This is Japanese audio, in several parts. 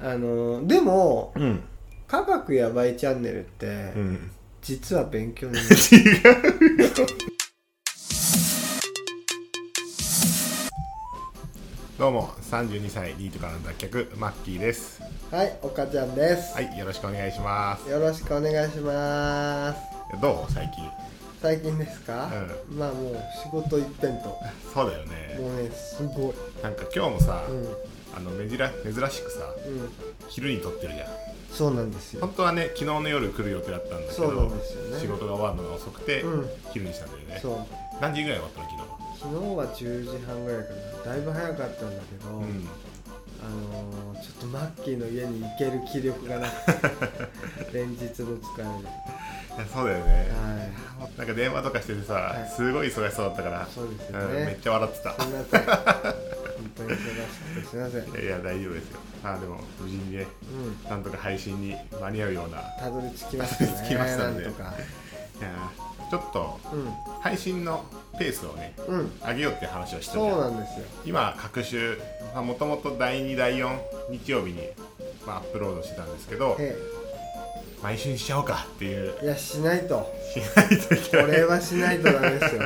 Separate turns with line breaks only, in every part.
あのでも
うん
「科学やばいチャンネル」って、
うん
実は勉強にな る
どうも32歳ニートからの脱却マッキーです
はい岡ちゃんです、
はいよろしくお願いします
よろしくお願いします
どう最近
最近ですか、まあもう仕事一辺と
そうだよね
もうねすごい
なんか今日もさ、
うん
あの珍珍しくさ
うん
昼に撮ってるじゃん
そうなんですよ
本当はね昨日の夜来る予定だったんだけ
そうなん
ど、
ですよね
仕事が終わるのが遅くて、
うん
昼にしたんだよね
そう
何時ぐらい終わったの昨
昨日は10時半ぐらいかなだいぶ早かったんだけど、
日
あ
うん
のー、ちょっとマッキーの家に行ける気力がなくて 連日の疲れではい
やそうだよね、なんか電話とかしててさ、
はい
すごい忙しそうだったから
そうですよ
ん、めっ
ね、
ちゃ笑ってた
すみません本当に忙しくてすみませんうん
いやいや大丈夫ですよまあでも無事にねなんとか配信に間に合うようない
たどり着きましたね
たどり着きましたんで
なんとか
やーちょっと配信のペースをね
うんうん
上げようって話をしてたじ
そうな
ゃ
んんですよ
今各週もともと第2第4日曜日に、まあ、アップロードしてたんですけど
え
毎週にしちゃおうかっていう
えいやしないと
しないとい
こ
けない
れはしないとダメ ですよ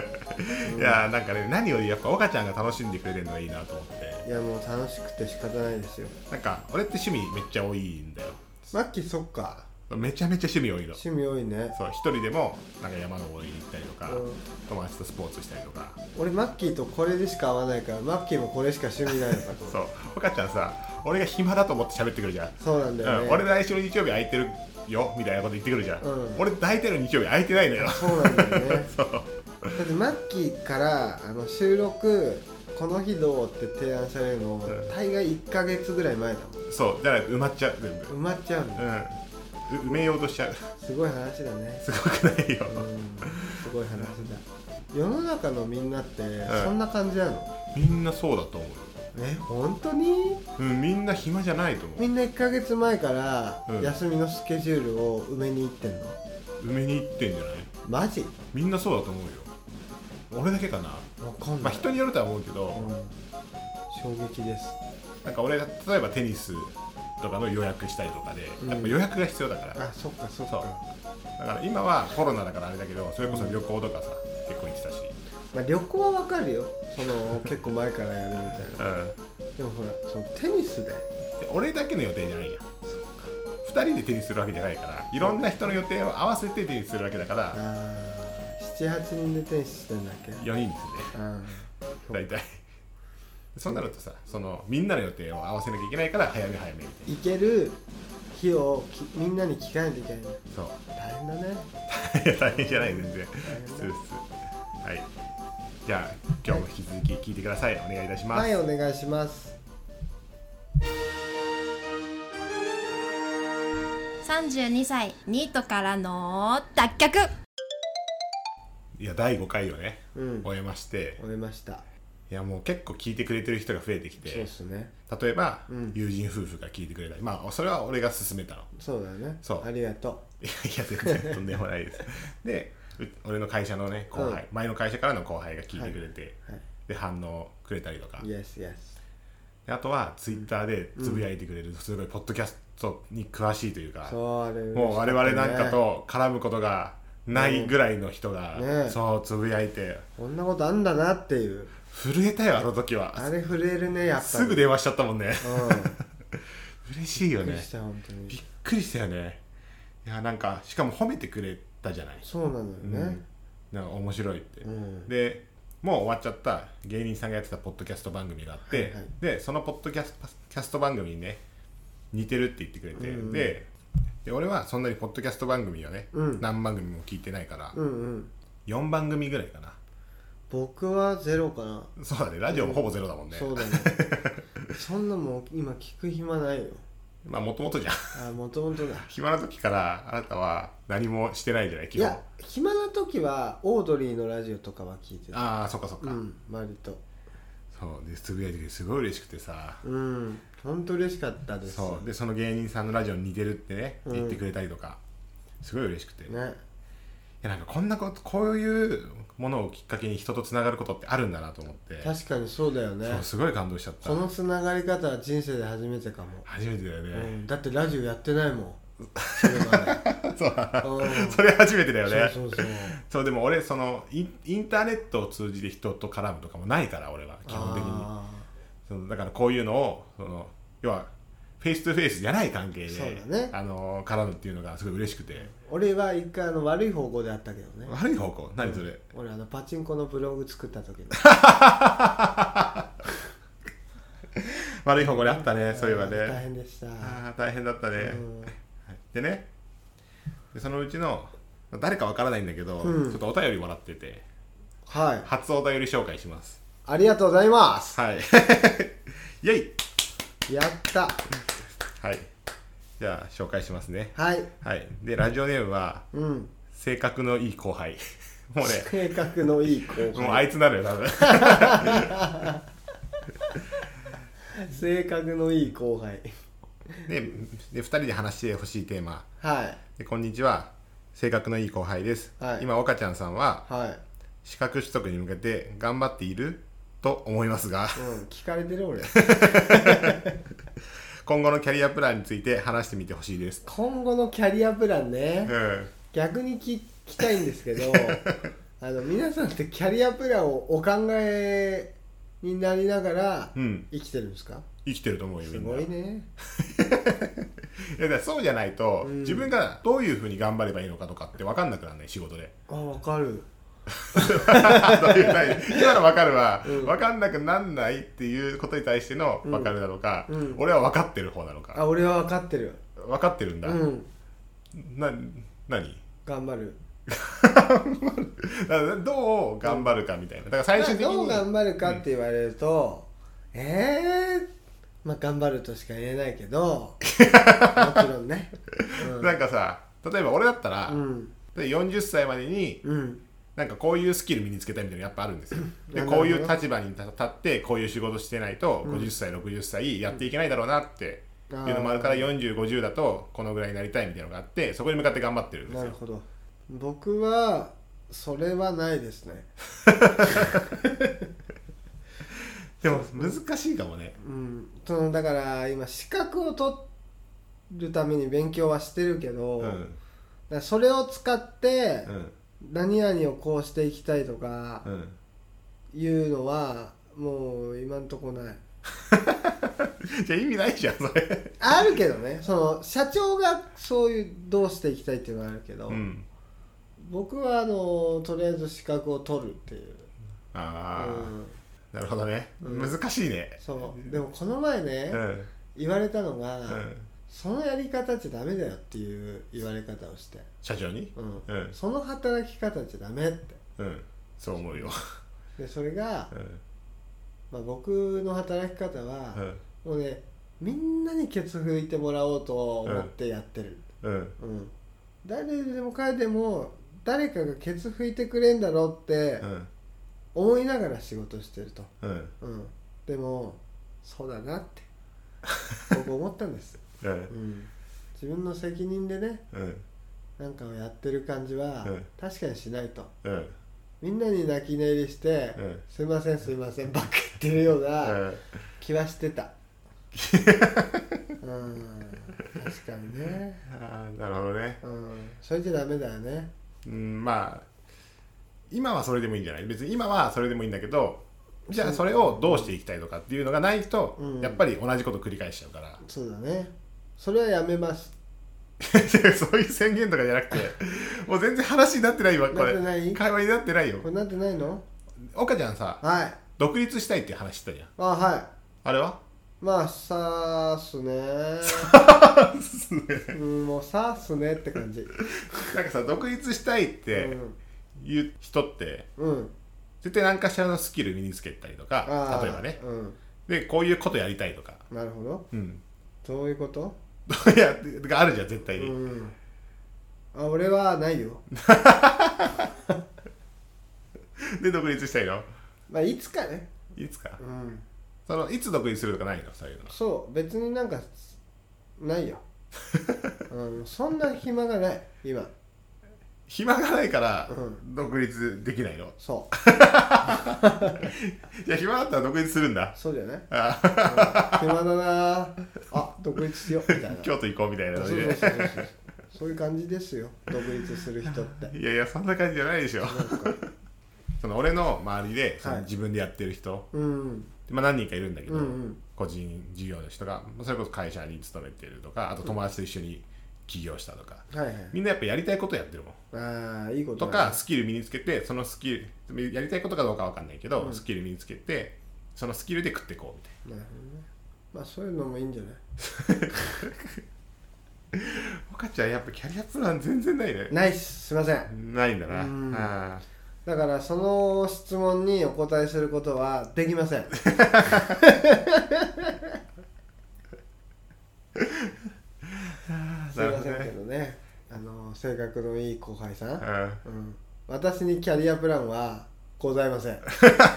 いやーなんかね何よりやっぱ岡ちゃんが楽しんでくれてるのがいいなと思って
いやもう楽しくて仕方ないですよ
なんか俺って趣味めっちゃ多いんだよ
マッキーそっか
めちゃめちゃ趣味多いの
趣味多いね
そう一人でもなんか山登りに行ったりとか、
うん
友達とスポーツしたりとか
俺マッキーとこれでしか合わないからマッキーもこれしか趣味ないのかと思
そう岡ちゃんさ俺が暇だと思って喋ってくるじゃん、
そうなんだよね、
うん、俺来週の日曜日空いてるよみたいなこと言ってくるじゃん、
うん
俺大体の日曜日空いてないのよ
そうなんだよねだ
そう
ってマッキーからあの収録この日どうって提案されるの、
ん
大概1ヶ月ぐらい前だ
そうだから埋まっちゃう全部
もん埋まっちゃうんだ、
うんう埋めようとしちゃう
すごい話だね
すごくないよ、
うんすごい話だ世の中のみんなってそんな感じなの、
みんなそうだと思うよ
え本当に
うんみんな暇じゃないと思
みんな1ヶ月前から
うん
休みのスケジュールを埋めに行ってんの
う埋めに行ってんじゃない
マジ
みんなそうだと思うよ俺だけかな
わかんない、
まあ人によるとは思うけど、
うん、衝撃です
なんか俺例えばテニスとかの予約したりとかで、
うん
やっぱ予約が必要だから
あそっかそっ
そ
か
うだから今はコロナだからあれだけどそれこそ旅行とかさ、結構行ってたし、
まあ、旅行はわかるよその結構前からやるみたいなでもほらそのテニスで
で俺だけの予定じゃないやん2人でテニスするわけじゃないからいろんな人の予定を合わせてテニスするわけだから、
あ78人でテニスしてんだっけ
4人ですね
あー
大体そうなるとさそのみんなの予定を合わせなきゃいけないから早め早めみたい
行ける日をきみんなに聞かないといけない
なそう
大変だね
いや 大変じゃない全然普
大
通
変だ
普通はいじゃあ今日も引き続き聞いてくださいお願いいたします、
はいお願いします
32歳ニートからの脱却
いや第5回をね
うん
終えまして
折れました
いやもう結構聞いてくれてる人が増えてき
そうってすね
例えば、
うん
友人夫婦が聞いてくれたりまあそれは俺が勧めたの
そうだよね
そう
ありがと
いやいや全然とんでもない ですでう俺の会社のね後輩、
う
前の会社からの後輩が聞いてくれて、
うは
で反応くれたりとか
いイエスイエス
であとはツイッターでつぶやいてくれる、すごいポッドキャストに詳しいというか
そうあれ
もう我々
嬉し
な
かったね
んかと絡むことがないぐらいの人が、
うんね
そうつぶやいて
こんなことあんだなっていう
震えたよあの時は
あれ震えるねやっぱり
すぐ電話しちゃったもんね
う
嬉しいよ
んびっくり
ね
した本当に
びっくりしたよねいやなんかしかも褒めてくれたじゃない、
そうなのよ
うん
ね、
なんか面白いって、
うん
でもう終わっちゃった芸人さんがやってたポッドキャスト番組があって、
はいはい
でそのポッドキャストキャスト番組にね似てるって言ってくれて、
うんうん
でで俺はそんなにポッドキャスト番組をね、
うん
何番組も聞いてないから、
うんうん
4番組ぐらいかな
僕はゼロかな、
そうだねラジオもほぼゼロだもんね
そうだ ねそんなもん今聞く暇ないよ
まあもともとじゃん
あ もともとだ
暇な時からあなたは何もしてないじゃな
い
い基本
や暇な時はオードリーのラジオとかは聞いてた
ああそっかそっ
う
か、
ん割と
そうでつぶやいてくれてすごい嬉しくてさ、
うん本当嬉しかったです
そうでその芸人さんのラジオに似てるってね
うん
言ってくれたりとか、すごい嬉しくて、い
ね
やなんかこんなことこういうものをきっかけに人とつながることってあるんだなと思って
確かにそうだよね
そうすごい感動しちゃった
このつながり方は人生で初めてかも、
初めてだよ
う
ね、
ん、だってラジオやってない もんそれまで
そうだな
うん
それ初めてだよね
そうそうそう
そうでも俺そのインインターネットを通じて人と絡むとかもないから俺は基本的に
あ
そのだからこういうのをその要はフェイストゥフェイスじゃない関係で、
そうだね
あの絡むっていうのがすごい嬉しくて
ー俺は一回あの悪い方向であったけどね
悪い方向何それ、
俺あのパチンコのブログ作った時の
悪い方向であったね そういえば
大
ね
変でした、
ああ大変だったね、
うん
はいでねでそのうちの誰かわからないんだけど、
うん
ちょっとお便りもらってて
はい
初お便り紹介します
ありがとうございます
はい イェイ
やった
はいじゃあ紹介しますね
はい
はいでラジオネームは
うん
性格のいい後輩 もうね
性格のいい後
もうあ
輩
いつなるよ多分
性格のいい後輩
でで2人で話してほしいテーマ
はい
でこんにちは性格のいい後輩です、
はい
今岡ちゃんさんは
はい
資格取得に向けて頑張っていると思いますが
うん聞かれてる俺
今後のキャリアプランについて話してみてほしいです
今後のキャリアプランね
うん
逆に聞きたいんですけ どあの皆さんってキャリアプランをお考えになりながら
うん
生きてるんですか、
生きてると思うよみ
す
んな
ごいね
いやだからそうじゃないと、
うん
自分がどういうふうに頑張ればいいのかとかって分かんなくなるね仕 事で
あわかる
どういうない今の分かるは、
うん
分かんなくなんないっていうことに対しての分かるなのか、
うんうん
俺は分かってる方なのか
あ俺は分かってる
分かってるんだ、
うん
な何
頑張る
だからどう頑張るかみたいなだから最終的に
どう頑張るかって言われると、えー、まあ頑張るとしか言えないけ どもちろんね
うんなんかさ例えば俺だったら、
うん
で40歳までに
うん
なんかこういうスキル身につけたいみたいなのやっぱあるんです よ。
な
で
るほ
こ
ど
ういう立場に立ってこういう仕事してないと50歳60歳やっていけないだろうなっていうのもあるから
あー
4050だとこのぐらいになりたいみたいなのがあってそこに向かって頑張ってるんです
なる
よ。
ほど僕はそれはないですね
でも難しいかもね。
うんそのだから今資格を取るために勉強はしてるけど、
うんう
だか
ん
らそれを使って
うん
何々をこうしていきたいとか
うん
いうのはもう今んとこない
じゃあ意味ないじゃんそれ。
あるけどねその社長がそういうどうしていきたいっていうのはあるけど、
うん、
僕はあのとりあえず資格を取るっていう、
ああ、
うん、
なるほどね、
うん
難しいね。
そうでもこの前ね、
うんうん
言われたのが、そのやり方じゃダメだよっていう言われ方をして、
社長に、
うん
うん
その働き方じゃダメって
うん、そう思うよ。
でそれが、
うん
まあ、僕の働き方は
う、ん
もうねみんなにケツ拭いてもらおうと思ってやってる、
うん
うん、誰でも彼でも誰かがケツ拭いてくれんだろうって
うん
思いながら仕事してると、
うん
うん、でもそうだなって僕思ったんです、
う
うんん、自分の責任でね
うん
なんかをやってる感じは
うん
確かにしないと
うん
みんなに泣き寝入りして
うん
「すいませんすいません」ばっか言ってるような気はしてたうん確かにね
あーなるほどね
うんそれじゃダメだよね
うんまあ今はそれでもいいんじゃない別に今はそれでもいいんだけどじゃ
そ
あ
う
それをどうしていきたいとかっていうのがないと、
うん
やっぱり同じこと繰り返しちゃうから、
そうだねそれはやめます
そういう宣言とかじゃなくてもう全然話になってないわこ
なってない
れ会話になってないよ
これなんてないの
岡ちゃんさ
はい
独立したいっていう話してたじゃん
あは
あれはい
まあさーっすねうんもうさーっすねって感じ
なんかさ独立したいっ
う
て
ん、
いう人って
うん、
絶対何かしらのスキル身につけたりとか
ー
例えばね
うん
でこういうことやりたいとか
なるほど
うん
どういうこと
いやがあるじゃん絶対に、
うんあ俺はないよ、
で独立したいの
まあ、いつかね、
いつか
うん、
そのいつ独立するとかないのそういうの
そう別になんかないよ、うん、そんな暇がない今
暇がないから
う
独立できないの、
そう
いや暇だったら独立するんだ
そうじゃない
あ
うん暇だなああ独立しようみたいな
京都行こうみたいな
そう
の
そう
で
そうそうそういう感じですよ独立する人って
いやいやそんな感じじゃないでしょ その俺の周りでその
はい
自分でやってる人、
うん
まあ、何人かいるんだけど、
うんうん
個人事業の人がまあそれこそ会社に勤めてるとかあと友達と一緒に起業したとか、
はいはい
みんなやっぱやりたいことやってるもん
ああいいこと
と
だ
かスキル身につけてそのスキルやりたいことかどうかわかんないけど、
うん
スキル身につけてそのスキルで食っていこうみたいな
なるほどねまあそういうのもいいんじゃない
岡ちゃんやっぱキャリアプラン全然ないね
ナイスすいません
ないんだな、
うん
あ
だからその質問にお答えすることはできませんすいませんけどねあの性格のいい後輩さん、
ー
うん、私にキャリアプランはございませんありがとうご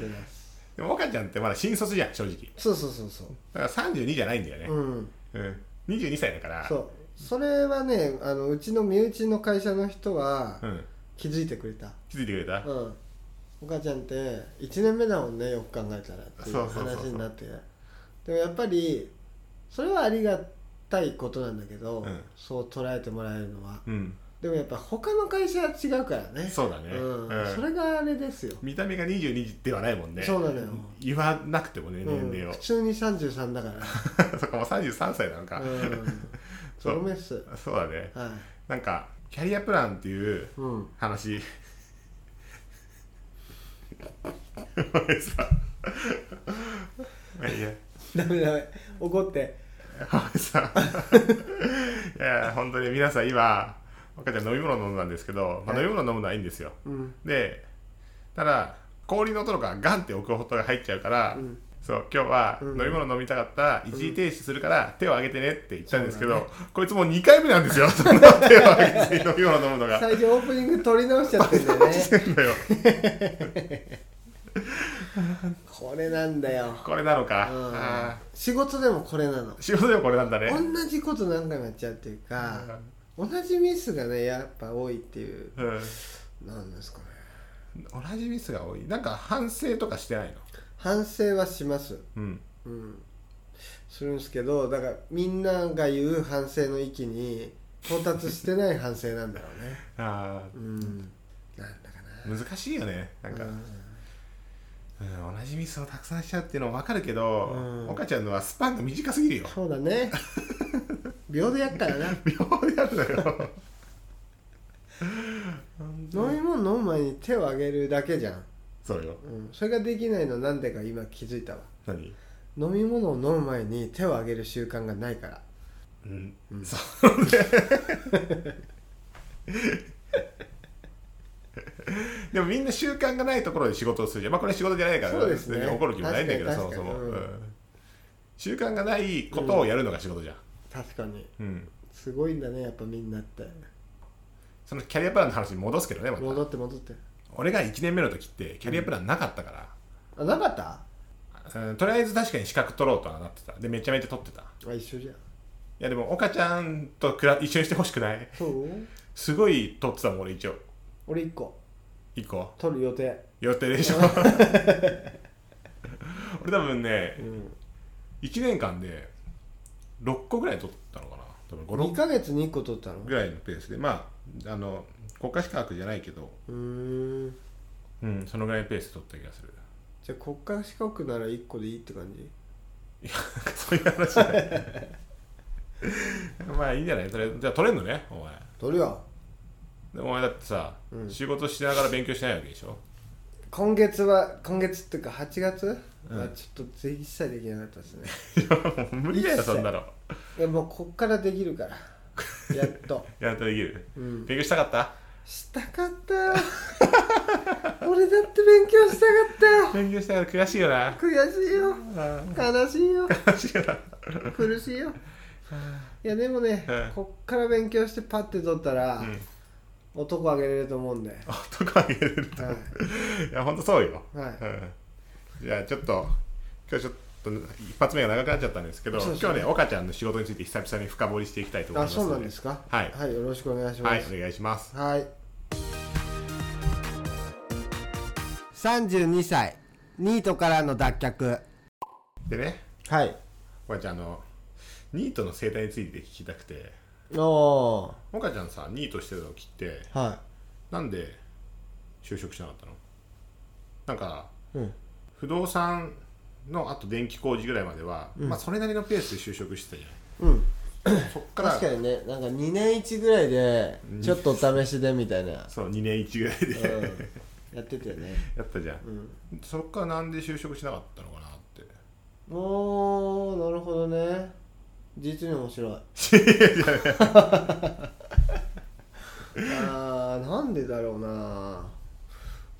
ざいます
うん、でも岡ちゃんってまだ新卒じゃん正直
そうそうそうそ
だから32じゃないんだよね
う、うん
うん、22歳だから
そうそれはねあのうちの身内の会社の人は
うん、
気づいてくれた
気づいてくれた、
うんお母ちゃんって1年目だもんねよく考えたらっていう
そうそうそう
話
そう
になってでもやっぱりそれはありがたいことなんだけど、
うん
そう捉えてもらえるのは
うん、
でもやっぱ他の会社は違うからね
そうだね
うん
うん
それがあれですよ、
見た目が22ではないもんね
そうなのよ
言わなくてもね
うん
年齢を、
普通に33だか
そっかもう33歳なのか、
らうんゾロ目っす
そうだね
はい
なんかキャリアプランっていう
うん
話お前さまあいいや
ダメダメ怒って
お前さいや本当に皆さん今若ちゃん飲み物飲んだんですけど、まあ、
は
飲
い
み物飲むのはいいんですよ
うん
でただ氷の音とかガンって置く音が入っちゃうから、
うん
そう今日は
う
飲
ん
み物飲みたかった、一時停止するから手を挙げてねって言ったんですけど、
そう
こいつもう2回目なんですよそんな手を挙げて飲み物飲むのが
最初オープニング撮り直しちゃってんだよね
だよ
これなんだよ
これなのか、
うん
あ
仕事でもこれなの
ー仕事でもこれなんだね
同じこと何回もやっちゃうっていうか同じミスがねやっぱ多いっていう
うん、
なんですかね
同じミスが多いなんか反省とかしてないの
反省はします
うん
うんするんですけどだからみんなが言う反省の域に到達してない反省なんだろうね
あー
うんなんだかな
難しいよねなんか、
う
うん同じミスをたくさんしちゃうっていうのは分かるけど、
うん
岡ちゃんのはスパンが短すぎるよ
そうだね秒でやっからな
秒でやるのよ
飲み物飲む前に手を挙げるだけじゃん、
そうよ
うん、それができないのなんでか今気づいたわ
何
飲み物を飲む前に手を挙げる習慣がないから
うん、
ん
そうねでもみんな習慣がないところで仕事をするじゃんまあこれ仕事じゃないから
そうですね
全然怒る気もないんだけどそ
確
も
かに
そ
確かにう
も、
ん
うん習慣がないことをやるのが仕事じゃん、
確かに
うん、
すごいんだねやっぱみんなって
そのキャリアプランの話に戻すけどねまた
戻って戻って
俺が1年目の時ってキャリアプランなかったから、
あなかった
うんとりあえず確かに資格取ろうとはなってたでめちゃめちゃ取ってたい
あ一緒じゃん
やでも岡ちゃんとくら一緒にしてほしくない
そう
すごい取ってたもん俺一応
俺1個
1個
取る予定
予定でしょ 俺多分ね
うん
1年間で6個ぐらい取ったのかな多分
2
56
ヶ月に1個取ったの
ぐらいのペースでまああの国家資格じゃないけど、
うーん
うん、そのぐらいのペースで取った気がする
じゃあ国家資格なら1個でいいって感じ
いやなんかそういう話じゃない まあいいんじゃないとりあえずじゃあ取れんのねお前
取るよ
でお前だってさ、
うん
仕事しながら勉強しないわけでしょ
今月は今月っていうか8月
うん
はちょっとぜ一切できなかったですね
いやも う無理だよそんなの
いやもうこっからできる からやっと
やっとできる
うん
勉強したかった
したかったよ俺だって勉強したかったよ
勉強したから悔しいよな
悔しいよ悲しいよ
悔しいよな
苦しい よいやでもね、
うん
こっから勉強してパッて取ったら、
うん
男あげれると思うんで、は
男あげれるといやほんとそうよ、
はい
うん、じゃあちょっと今日ちょっと一発目が長くなっちゃったんですけど、
そうですね
今日ね岡ちゃんの仕事について久々に深掘りしていきたいと思い
あ、
ます
そうなん
ので
ですか。
はい
はい、よろしくお願いしま
はい
す。
お願いします
はい。三十二歳。ニートからの脱却。
でね
はい。
岡ちゃんあのニートの生態について聞きたくて
おお
岡ちゃんさニートしてた時って
ー。は
なんで就職しなかったのなんか
い。うん。
不動産のあと電気工事ぐらいまでは、まあそれなりのペースで就職してたじ
うん。
ゃ んそっから
確かにね、なんか二年一ぐらいで、ちょっとお試しでみたいな。
そう2年1ぐらいで、
うんやってたよね。
やったじゃん、そっからなんで就職しなかったのかなって
おー、なるほどね。実に面白い。あー、なんでだろうな。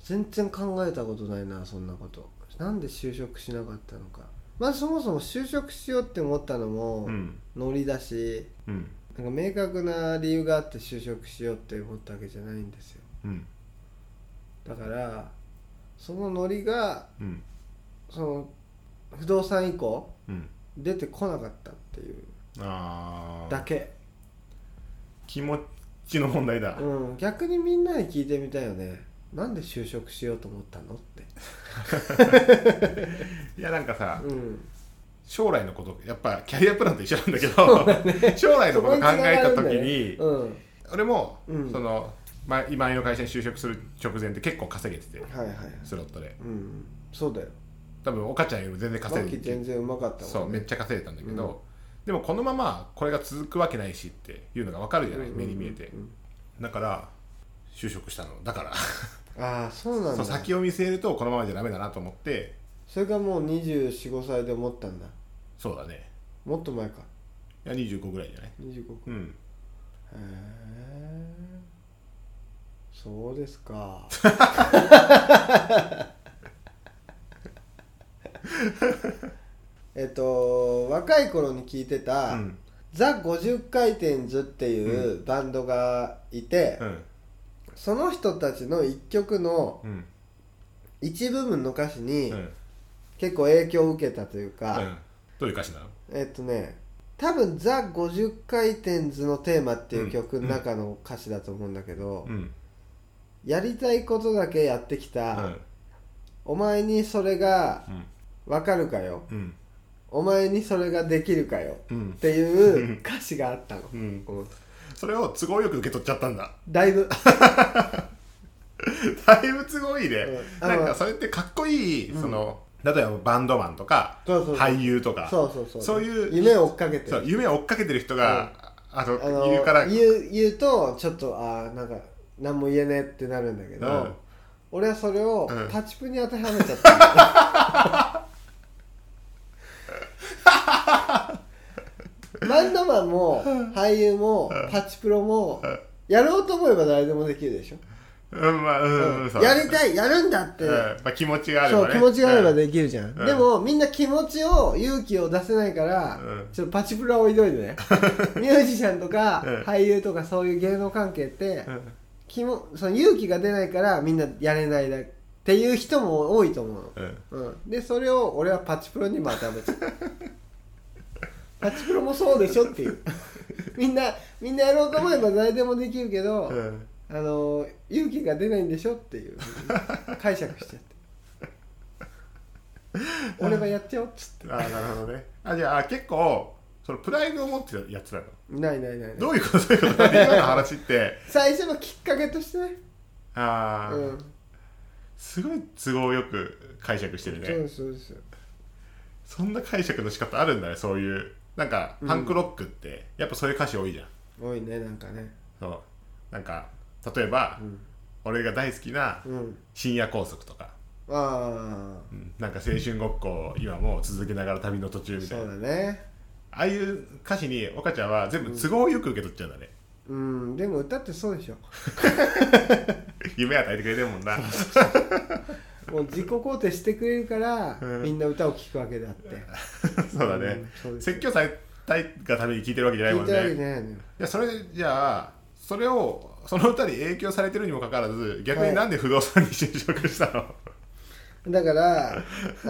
全然考えたことないな、そんなこと。なんで就職しなかったのか。まずそもそも就職しようって思ったのも、
うん
ノリだし、
うん
なんか明確な理由があって就職しようって思ったわけじゃないんですよ。
うん
だから、そのノリが、
うん
その、不動産以降、
うん
出てこなかったっていう
ああ
だけ、
気持ちの問題だ、
うん、逆にみんなに聞いてみたいよねなんで就職しようと思ったのって
いやなんかさ、
うん
将来のことやっぱキャリアプランと一緒なん だけど将来のこと考えた時に、
うん
俺も、
うん
その前今の会社に就職する直前って結構稼げてて
はいはい
スロットで
うんそうだよ
多分岡ちゃんよりも全然
マ
稼い
キ
で
全然うまかったもん、ね、
そうめっちゃ稼いでたんだけど、でもこのままこれが続くわけないしっていうのが分かるじゃない、目に見えて、
うん
だから就職したのだから
ああそうなん
そ
だ
う先を見据えるとこのままじゃダメだなと思って
それがもう2425歳で思ったんだ
そうだね
もっと前か
いや25ぐらいじゃない
25か
うん
へえそうです かえっと若い頃に聴いてた、
うん
ザ・50回転ズっていうバンドがいて、
うん
その人たちの一曲の
うん
一部分の歌詞に
うん
結構影響を受けたという
う
か、
んどういう歌詞なの
えっとね多分ザ・50回転ズのテーマっていう曲の中の歌詞だと思うんだけど、
うん
やりたいことだけやってき
う
た、
ん
お前にそれが
うん
わかるかよ
うん
お前にそれができるかよ
うん
っていう歌詞があったの、
うん
うん
それを都合よく受け取っちゃったんだ
だいぶ
だいぶ都合いいね、
うん
なん
あの
かそれってかっこいい、その例えばバンドマンとか
そうそうそう
俳優とか
そうそうそう
そういう
夢を追っかけて
そう夢を追っかけてる人が、あの
あの
言うから
言う言うとちょっとああんか何も言えねえってなるんだけど、
うん
俺はそれを
うん
パチプに当てはめちゃった、 バンドマンも俳優もパチプロもやろうと思えば誰でもできるでしょ、
うんまあうん、うん、そう
やりたいやるんだって、
うんまあ、気持ちがあれば
そ
ね
う気持ちがあれば
ね、
できるじゃん、
うん
でもみんな気持ちを勇気を出せないから、
うん
ちょっとパチプラを置いといて ねミュージシャンとか、
うん
俳優とかそういう芸能関係って、
うん
気もその勇気が出ないからみんなやれないだっていう人も多いと思うの、
うん
うん、でそれを俺はパチプロにまため ちゃうパチプロもそうでしょっていうみんなみんなやろうと思えば誰でもできるけど、
うん
あの勇気が出ないんでしょっていう解釈しちゃ って俺はやっちゃおうっつっ
あーなるほどねあじゃあ結構そのプライドを持ってやってたの
てないないないない
どういうことどういうことだって今の話って
最初のきっかけとしてね
ああ、
うん
すごい都合よく解釈してるね
そうですそうです
そんな解釈の仕方あるんだねそういうなんかパンクロックってやっぱそういう歌詞多いじゃん、
多いねなんかね
そうなんか例えば、
ん
俺が大好きな
うん
深夜拘束とか、
あ
うんなんか青春ごっこを今も続けながら旅の途中
あ
みた
そ
いうな
だね
ああいう歌詞に岡ちゃんは全部都合よく受け取っちゃうんだね、
うんでも歌ってそうでしょ
夢与えてくれてるも んな
もう自己肯定してくれるから、
うん
みんな歌を聴くわけであ って
そうだね、
うんそうです
説教されたいがために聴いてるわけじゃない
聞
も
い
ん
て
ね
るわけじゃないのよ
いやそれじゃあそれをその歌に影響されてるにもかかわらず逆になんで不動産に就職したの、
だ から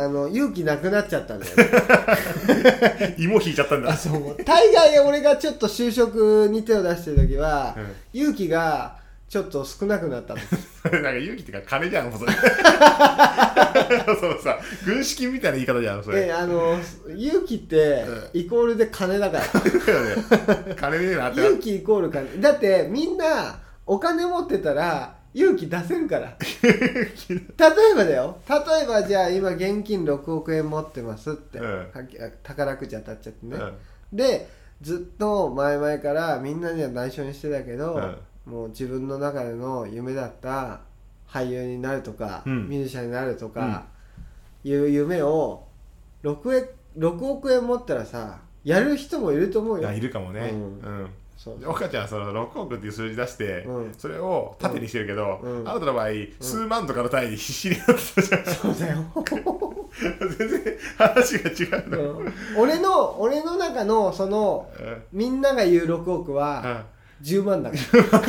あの勇気なくなっちゃったんだよね
芋引いちゃったんだ
そう大概俺がちょっと就職に手を出してる時は、
うん
勇気がちょっと少なくなったんです
なんか勇気っていうか金じゃんもうそれ そのさ軍資金みたいな言い方じゃん それ、
であの勇気って
う
イコールで金だから
金ねえなってな
勇気イコール金だってみんなお金持ってたら勇気出せるから 例えばだよ例えばじゃあ今現金6億円持ってますって、
うん
はきあ宝くじ当たっちゃってね、
うん
でずっと前々からみんなには内緒にしてたけど、もう自分の中での夢だった俳優になるとか、
うん
ミュージシャンになるとかいう夢を 6, 円6億円持ったらさやる人もいると思う
い
よ
やいるかもね
う
うんん、
そう
で岡ちゃんはその6億っていう数字出して、
うん
それを縦にしてるけど、
うん
あなたの場合、数万とかの単位に必死になってたじゃん
そうだよ、
全然話が違う
う
の、うん
ん俺の俺の中のそのみんなが言う6億は10万だから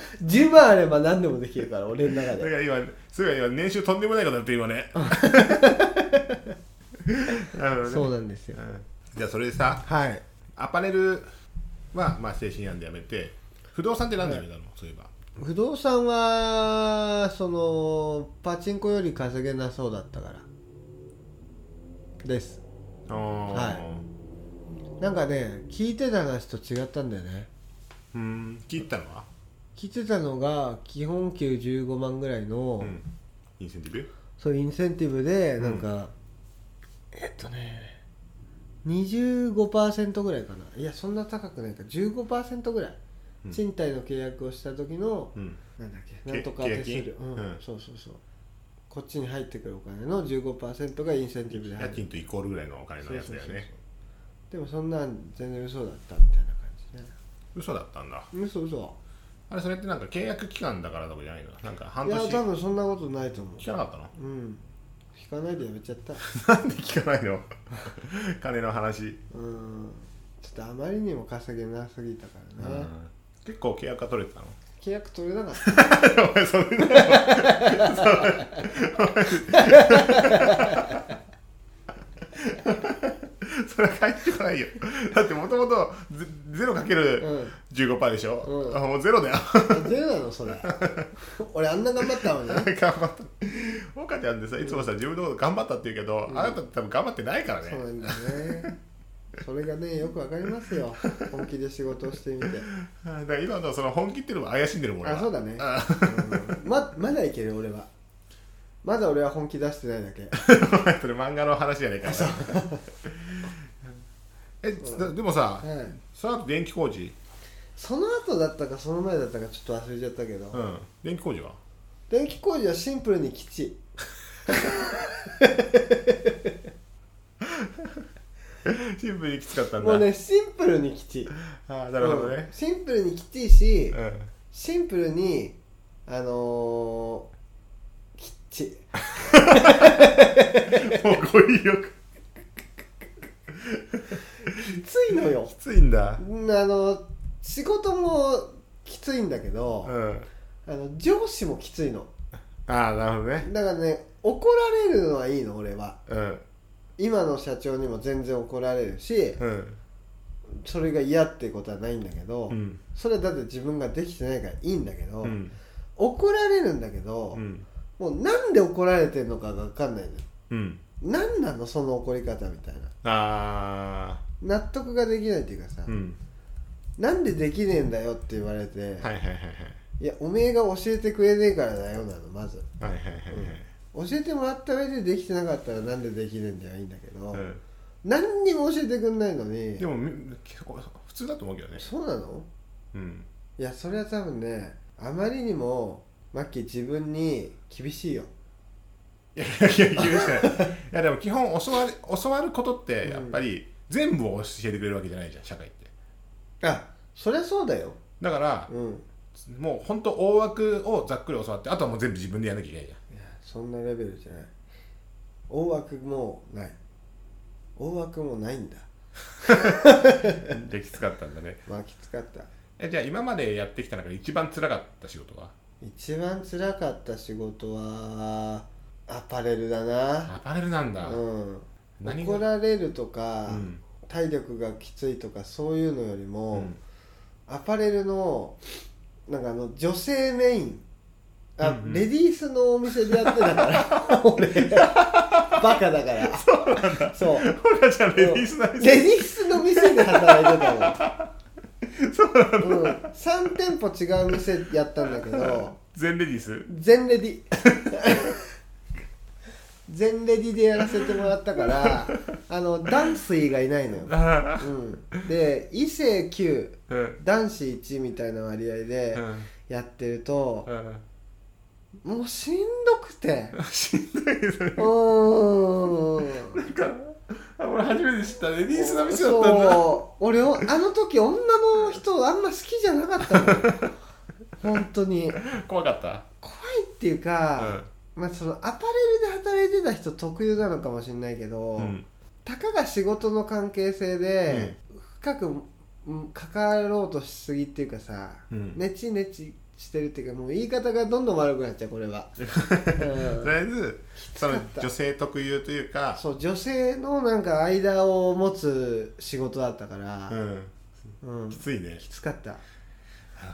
10万あれば何でもできるから俺の中
だか
で
ら今すごい今年収とんでもないことやってる今ね なるほどね
そうなんですよ
うんじゃあそれでさ
はい
アパレルは、まあ、精神病んでやめて不動産ってなんでやめたの、そういえば
不動産はそのパチンコより稼げなそうだったからですは
は
なんかね聞いてた話と違ったんだよね
いうん切ったのは、
聞いてたのが基本給15万ぐらいの、
うん、インセンティブ
そうインセンティブで
うん
なんか、えっとね25%ぐらいかないやそんな高くないか15%ぐらい、
うん
賃貸の契約をした時の、
うん
なんだっけ
け
なんとか手数料
契、約
う
金
ん
うん
そうそうそうこっちに入ってくるお金の15%がインセンティブで入
家
る
賃とイコールぐらいのお金のやつだよ
そうそうそう
ね
そうでもそんなん全然嘘だったみたいな感じね
嘘だったんだ
嘘嘘
あれそれってなんか契約期間だからとかじゃないのなんか半
い
年
や
聞
多分そんなことないと思
かなかったの
ううん引かないでやめちゃった
なんで聞かないの 金の話、
うんちょっとあまりにも稼げなすぎたからね、
結構契約が取れてたの
契約取れなかった
お前それそれは返ってこないよだってもともとゼロかけ
う
る
ん
15%でしょ、
うん
あもうゼロだよ
あゼロなのそれ 俺あんな頑張ったのにね
頑張った岡ちゃんってさいつもさ自分のこと頑張ったって言うけど、あなたって多分頑張ってないからね
そうなんだね。それがね、よくわかりますよ。本気で仕事をしてみて。
あだから今のその本気っていうのも怪しんでるもん俺は
あ、そうだね。
あ
うんま、まだいける、俺は。まだ俺は本気出してないだけ。
それ漫画の話じゃねえからなえででもさ、
はい
その後電気工事
その後だったか、その前だったか、ちょっと忘れちゃったけど。
うん電気工事は
電気工事はシンプルに基地。
シンプルにきつかったんだ
もうね、シンプルに基地。
ああなるほどね
うんシンプルに基地し
う、ん、
シンプルに、あのー、基地。
もう語彙力
きついのよ
き。ついんだ
うんあの、仕事もきついんだけど、
うん
あの上司もきついの
ああなるほどね
だからね怒られるのはいいの俺は
うん
今の社長にも全然怒られるし
うん
それが嫌ってことはないんだけど、
うん
それはだって自分ができてないからいいんだけど、
うん
怒られるんだけど、
うん
もうなんで怒られてるのかが分かんないのよ
うん
何なのその怒り方みたいな
あ
納得ができないっていうかさ、
あうん
なんでできねえんだよって言われて、
はいはいはいはい
い、やおめえが教えてくれねえからだよなのまず
はいはいはい
教えてもらった上でできてなかったらなんでできねえんだよいいんだけど、
はい、うん
何にも教えてくんないのに
でもみ結構普通だと思うけどね
そうなの
うん
いやそれは多分ねあまりにもマッキー自分に厳しいよ
いやいやいや厳しくないいやでも基本教わる教わることってやっぱり全部を教えてくれるわけじゃないじゃん社会って
あそりゃそうだよ
だから
うん
もう本当大枠をざっくり教わってあとはもう全部自分でやらなきゃいけないじゃん
いやそんなレベルじゃない大枠もない大枠もないんだ
できつかったんだね
まあきつかった
えじゃあ今までやってきた中で一番辛かった仕事は
一番辛かった仕事はアパレルだな
アパレルなんだ、
うん
何が
怒られるとか、
うん
体力がきついとかそういうのよりも、
うん
アパレルのなんかあの女性メインあ、
うんうん
レディースのお店でやってたから 俺バカだからそうなんだそう
俺らじゃあレディースナイ
レ
ス
ディースの店で働いてたの そうなんだ、うん、3店舗違う店やったんだけど
全レディース
全レデ ィ全レディでやらせてもらったからあの男水がいないのよ、
あ
うん、で異性9
あうん
男子1みたいな割合で
うん
やってると
う、ん
もうしんどくて
しんどいですね
うーん
なんかあ俺初めて知ったレディースの店だったんだ
そう俺をあの時女の人あんま好きじゃなかったのよ本当に
怖かった
怖いっていうか、まあそのアパレルで働いてた人特有なのかもしれないけど、
うんうん
たかが仕事の関係性で、深くうん関わろうとしすぎっていうかさ、
うん
ネチネチしてるっていうかもう言い方がどんどん悪くなっちゃうこれ は、うん
とりあえずその女性特有というか
そう女性のなんか間を持つ仕事だったから、
うん
うん
きついね
きつかった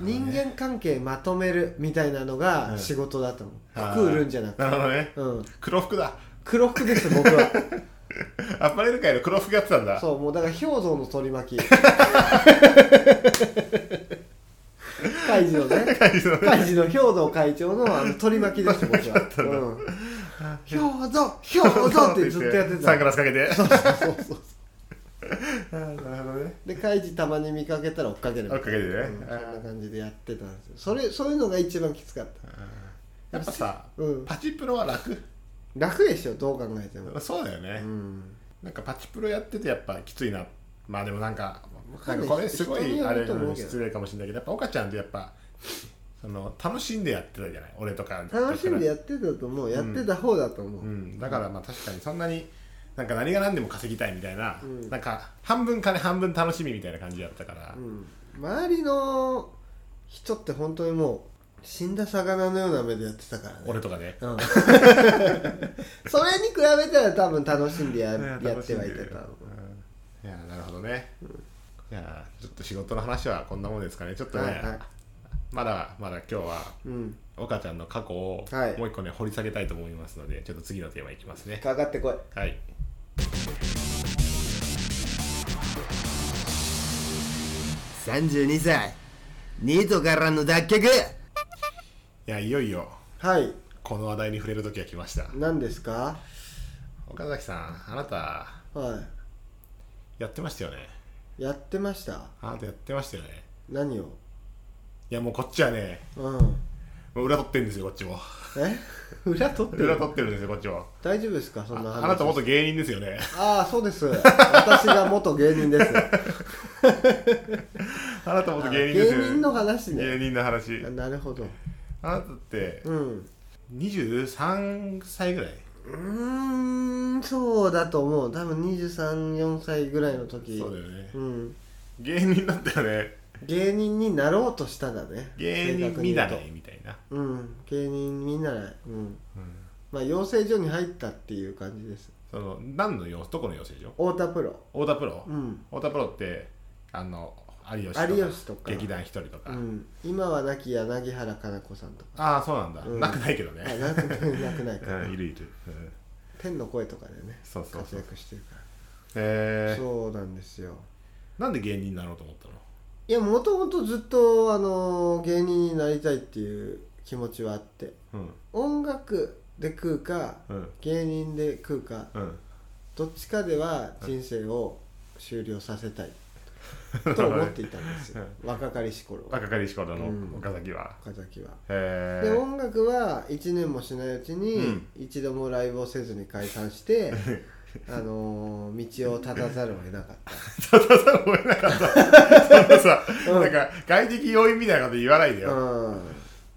人間関係まとめるみたいなのが仕事だと思う、
あー
服売るんじゃなくて
なるほどね
うん、
黒服だ
黒服です僕は
アパレル界の黒服やってたんだ
そうもうだから氷像の取り 巻きカイジのね
会社の
カイジの兵道会長のあの取り巻きです僕 はうん氷像氷像ってずっとやってた
サングラスかけて
そう そうそうそう
あー なるほどね
でカイジたまに見かけたら追っかけるみたいな
追っかけてね
うんそんな感じでやってたんですよそれそういうのが一番きつかった
やっぱさ
うん
パチプロは楽
楽でしょどう考えても
そうだよね
うん
なんかパチプロやっててやっぱきついなまあでもなんか
か
なん
んな
か
い
これすご
人に
い
よ
あ
る
れ
と思うけど
失礼かもしれないけどやっぱ岡ちゃんってやっぱその楽しんでやってたじゃない俺とか
楽しんでや
って
ってたと思うやってた方だと思う、
うんだからまあ確かにそんなになんか何が何でも稼ぎたいみたいな、
うん
なんか半分金半分楽しみみたいな感じだったから、
うん周りの人って本当にもう死んだ魚のような目でやってたからね
俺とかね
うん それに比べたら多分楽しんでや
ね
やってはいて
楽しん
た
でるうんいやなるほどね、じゃあちょっと仕事の話はこんなもんですかねちょっとね、
はいはい
まだまだ今日は
うん
岡ちゃんの過去を
はい
もう一個ね掘り下げたいと思いますので、ちょっと次のテーマいきますね
かかってこい
はい
32歳ニートからの脱却
いやいよいよ
はい
この話題に触れる時が来ました
何ですか
岡崎さんあなた
は
やってましたよね
いやってました
あなたやってましたよね
何を
いやもうこっちはね
うん
もう裏取ってるんですよこっちも
え 裏取って
裏
る
取ってるんですよこっちも
大丈夫ですかそんな話
あなた元芸人ですよね
ああそうです私が元芸人です
あなた元芸人です
芸
よね
人の話ね
芸人の話
あなるほど
あなたって
うん
23歳ぐらいう
ーんそうだと思う多分234歳ぐらいの時
そうだよね
うん、
芸人だったよね
芸人になろうとしたんだね
芸
正
人
確
見
に言う
な
と
いみたいな
うん芸人見習いうん
うん
まあ養成所に入ったっていう感じです
その何の養どこの養成所
太田プロ
太田プロ、
うん
太田プロってあの有吉
有吉とか
劇団一人とか、
うん、今は亡き柳原加奈子さんとか
ああそうなんだ、
うん
なくないけど
あ
ね、
なくないなくないか、
うん、いるいる、うん
天の声とかでね
そうそうそう
活躍してるから
えー、
そうなんですよ
なんで芸人になろうと思ったの
いやもともとずっとあの芸人になりたいっていう気持ちはあって音楽で食うか
うんうん
芸人で食うか
うん
どっちかでは人生を終了させたいと思っていたんですよ若かりし頃は
若かりし頃
うん
の岡崎は、
岡崎は。
へ
で
え
音楽は1年もしないうち
う
に
ん
一度もライブをせずに解散 して、あのー道を立たざるを得なかった
そんなさ、
うん
なんか外的要因みたいなこと言わないでよ、
う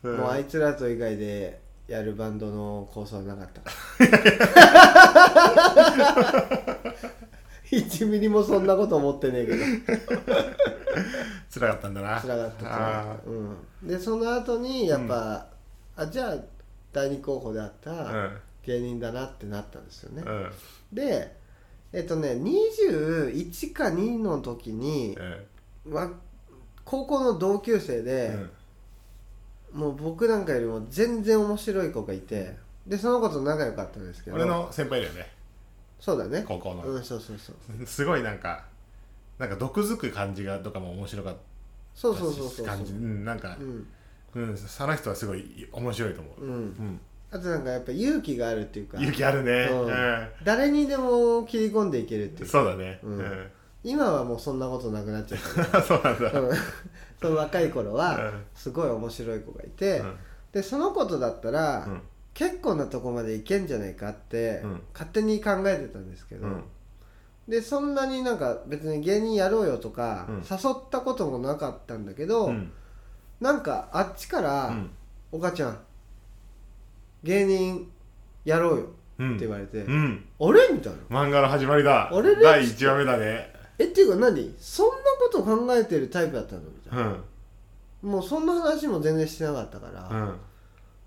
うん
ん、もうあいつらと以外でやるバンドの構想はなかったから1ミリもそんなこと思ってねえけど
辛かったんだな
つらかったつらか
あ
った、うん、でその後にやっぱ、あじゃあ第二候補であった
ーうん
芸人だなってなったんですよね、
うんうん
でえっとね21か2の時に、わ高校の同級生で、もう僕なんかよりも全然面白い子がいてでその子と仲良かったんですけ
うん
ど
俺の先輩だよね
そうだね
高校
う
の
んそうそうそう
すごいなんかなんか毒づく感じがとかも面白かっ
そうそうそうそ
た
う
し感じうんなんか
うん
うんその人はすごい面白いと思う
うん
うん
あとなんかやっぱ勇気があるっていうか
勇気あるね
うん
う
誰にでも切り込んでいけるってい
ん
うか
そうだね
うん
うん
今はもうそんなことなくなっちゃったけ
そうなん だ
どうんその若い頃
う
は
ん
すごい面白い子がいて、
うん
でその子とだったら、
うん
結構なとこまでいけんじゃないかって、
うん
勝手に考えてたんですけど、
うん
でそんなになんか別に芸人やろうよとか、
うん
誘ったこともなかったんだけど、
うん
なんかあっちから
うん
「お母ちゃん芸人やろうよ」って言われて「
うん
あれ?」みたいな
漫画の始まりだ
あれれ
第1話目だね
「えっていうか何そんなこと考えてるタイプだったの?」みたいな、
うん
もうそんな話も全然してなかったから、
うん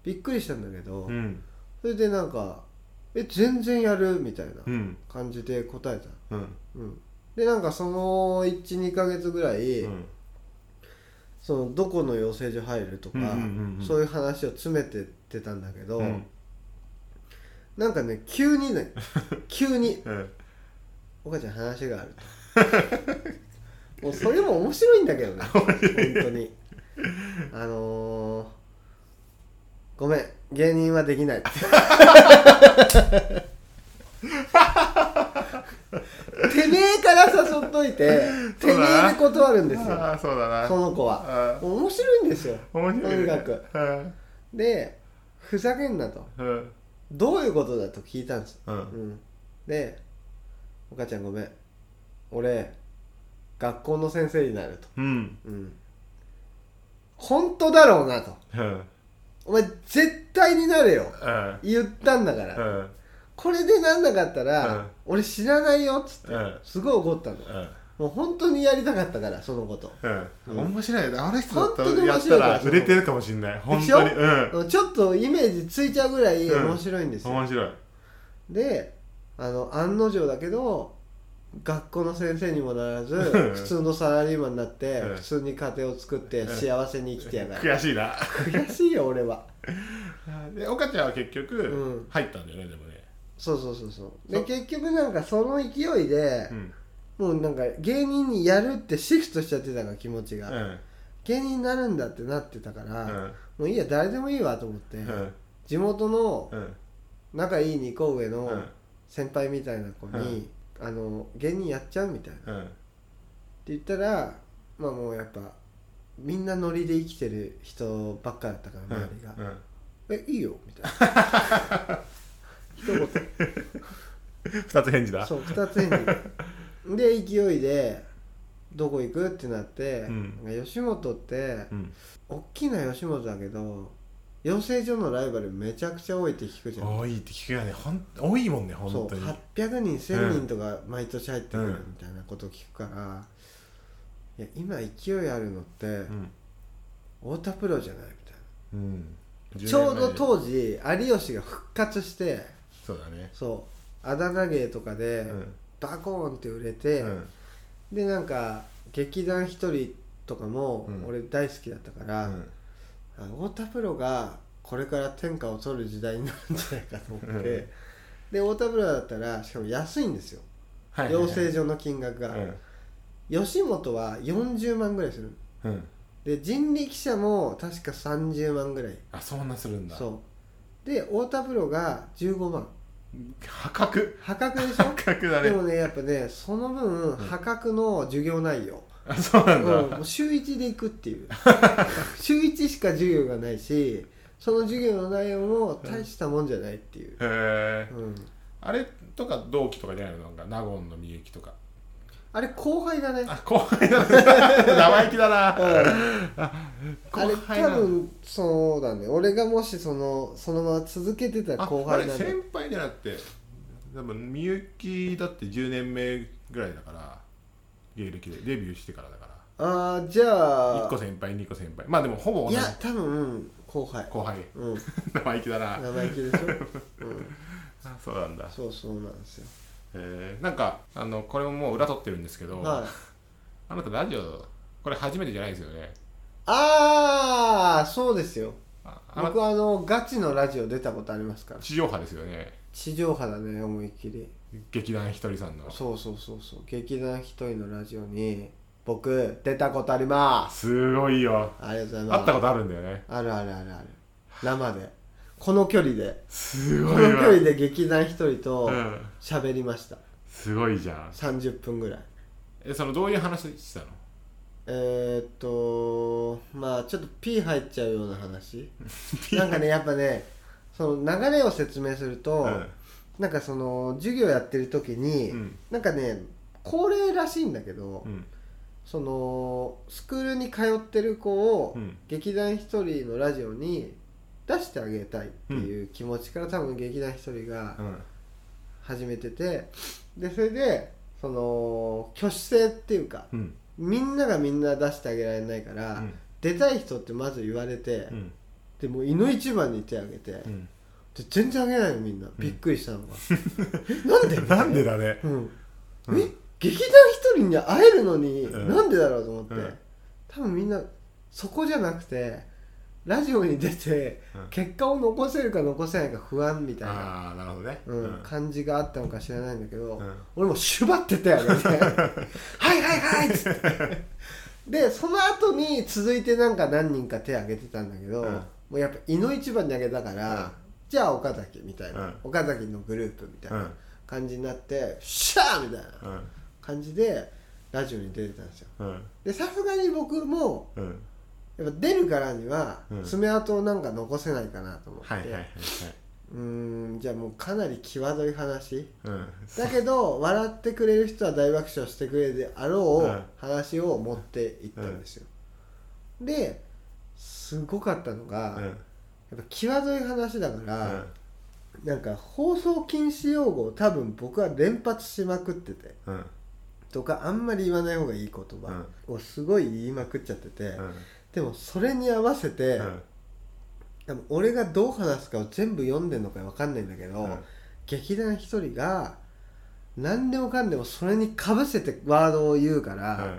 びっくりしたんだけど、
うん
それでなんか「え全然やる」みたいな
うん
感じで答えた、
うん
うん、でなんかその12ヶ月ぐらい、
うん
そのどこの養成所入るとか、
うんうんうんうん
そういう話を詰めてってたんだけど、
うん
なんかね急に ね急に
うん
「お母ちゃん話がある」と もうそれも面白いんだけ どね本当にあのーごめん芸人はでき ない」てめえから誘っといて てめえで断るんですよ
ああそうだな
その子は
あ
面白いんですよ
あ面白いね
とにかく
うん
でふざけんなと
うん
どういうことだと聞いたんです、
う
うんん、で「お母ちゃんごめん俺学校の先生になる」と
うん
「うん、本当だろうな」と
うん
「お前絶対になれよ
うん」
言ったんだから、
うん
これでなんなかったら、
うん
俺知らないよっつって、
うん
すごい怒ったのもう本当にやりたかったからそのこと
うん面白いねあの人だった
本当に
ら
面
やった
白いから
ら売れてるかもしれない本
でしょ
当にうん
ちょっとイメージついちゃうぐらい面白いんですよ、
面白い
であの案の定だけど学校の先生にもならず
うん
普通のサラリーマンになって
うん
普通に家庭を作って
ん
幸せに生きてやがる
悔しいな
悔しいよ俺は
で岡ちゃんは結
う
局
ん
入ったんだよねでもね
そうそうそうそうで
そう
結局なんかその勢いで
う、ん
もうなんか芸人にやるってシフトしちゃってたから気持ちが、
うん
芸人になるんだってなってたから、
うん
もういいや誰でもいいわと思って、
うん
地元の
うん
仲いい2個上
う
の
ん
先輩みたいな子に、あの芸人やっちゃうみたいな
うん
って言ったらまあもうやっぱみんなノリで生きてる人ばっかだったから周りが「
うん
えいいよ」みたいな一言
二つ返事だ
そう二つにで勢いで「どこ行く?」ってなって、
うん
なんか吉本って
うん
大きな吉本だけど養成所のライバルめちゃくちゃ多いって聞くじゃん
多いって聞くよねほん多いもんね
そ
本
う
当に
800人1000人とか毎年入ってくるみたいなこと聞くから、いや今勢いあるのって、
うん
太田プロじゃないみたいな。
うん
ちょうど
10年前
当時有吉が復活して
そうだね
そうあだ名芸とかで
うん
バコーンって売れて、
うん
でなんか劇団一人とかも
うん
俺大好きだったから、
うん
あ太田プロがこれから天下を取る時代になるんじゃないかと思って、
うん
で太田プロだったらしかも安いんですよ
はいはいはい
養成所の金額が、吉本は40万ぐらいする
うんうん
で人力車も確か30万ぐらい
あそんなするんだ
そうで太田プロが15万
破格
破格でし
破
ょ
格だ
で
ね
もねやっぱねその分破格の授業内容、
あそうな
うんん
だ、
もう週1で行くっていう 週1しか授業がないしその授業の内容も大したもんじゃないっていう、
へえ
うん、
あれとか同期とかじゃないのなんか納言のみゆきとか
あれ後輩だね
あ後輩だな生意気だな、あ
あれ
後輩
多
なの
分そうだね俺がもしそのそのまま続けてたら
あ
後
あ
輩
れ
なんだ
先輩じゃなくて多分みゆきだって10年目ぐらいだから芸歴でデビューしてからだから
ああーじゃ
1個
あ
先輩2個先輩まあでもほぼ
い
同じ
や多分後輩
後輩
うん
生意気だな
生意気でしょ、うん、
あそうなんだへ
そうそうなんですよ
えなんかあのこれももう裏取ってるんですけど、
はい
あなたラジオこれ初めてじゃないですよね
ああそうですよ
ああな
僕あのガチのラジオ出たことありますから
地上波ですよね
地上波だね思いっきり
劇団ひとりさんの
そうそうそうそう劇団ひとりのラジオに僕出たことあります
すごいよ
ありがとうございます
会ったことあるんだよね
あるあるあるある生でこの距離ですこ
ご
の
いわ
距離で劇団ひとりと
うん
喋りました、
すごいじゃん
30分ぐらい
えそのどういう話してたの
えー、っとまあちょっと P 入っちゃうような 話なんかねやっぱねその流れを説明すると、なんかその授業やってる時に、
うん
なんかね恒例らしいんだけど、
うん
そのスクールに通ってる子を、
うん
劇団ひとりのラジオに出してあげたいっていう気持ちから、多分劇団ひとりが
うん
始めててでそれでその挙手制っていうか
うん
みんながみんな出してあげられないから、
うん
出たい人ってまず言われて、
うん
でもういの一番に手あげて、
う
で
ん
全然あげないのみんなびっくりしたのが、 えなんで
なんでだね
うん、
うん
え劇団一人に会えるのに、
うん
なんでだろうと思って、
うん
多分みんなそこじゃなくてラジオに出て、
うん
結果を残せるか残せないか不安みたいな、
ああなるほどね
うん感じがあったのか知らないんだけど、
うん
俺も縛ってたよ ねはいはいはいっつってでその後に続いてなんか何人か手挙げてたんだけど、
うん
もうやっぱ胃の一番に挙げたから、
うん
じゃあ岡崎みたいな、
うん
岡崎のグループみたいうなん感じになって、シャーみたいな
うん
感じでラジオに出てたんですよ
うん
でさすがに僕も
うん
やっぱ出るからには
うん
爪痕をなんか残せないかなと思って、
はいはいはいはいう
ーんじゃあもうかなり際どい話
うん
だけど笑ってくれる人は大爆笑してくれるであろ
うん
う話を持っていったんですよ、ですごかったのが、
う
やっ
ん
ぱ際どい話だか
う
ら、
ん
なんか放送禁止用語を多分僕は連発しまくってて
うん
とかあんまり言わない方がいい言葉をすごい言いまくっちゃってて、
うん
でもそれに合わせて、
うん
多分俺がどう話すかを全部読んでんのかわかんないんだけど、
うん
劇団一人が何でもかんでもそれにかぶせてワードを言うから、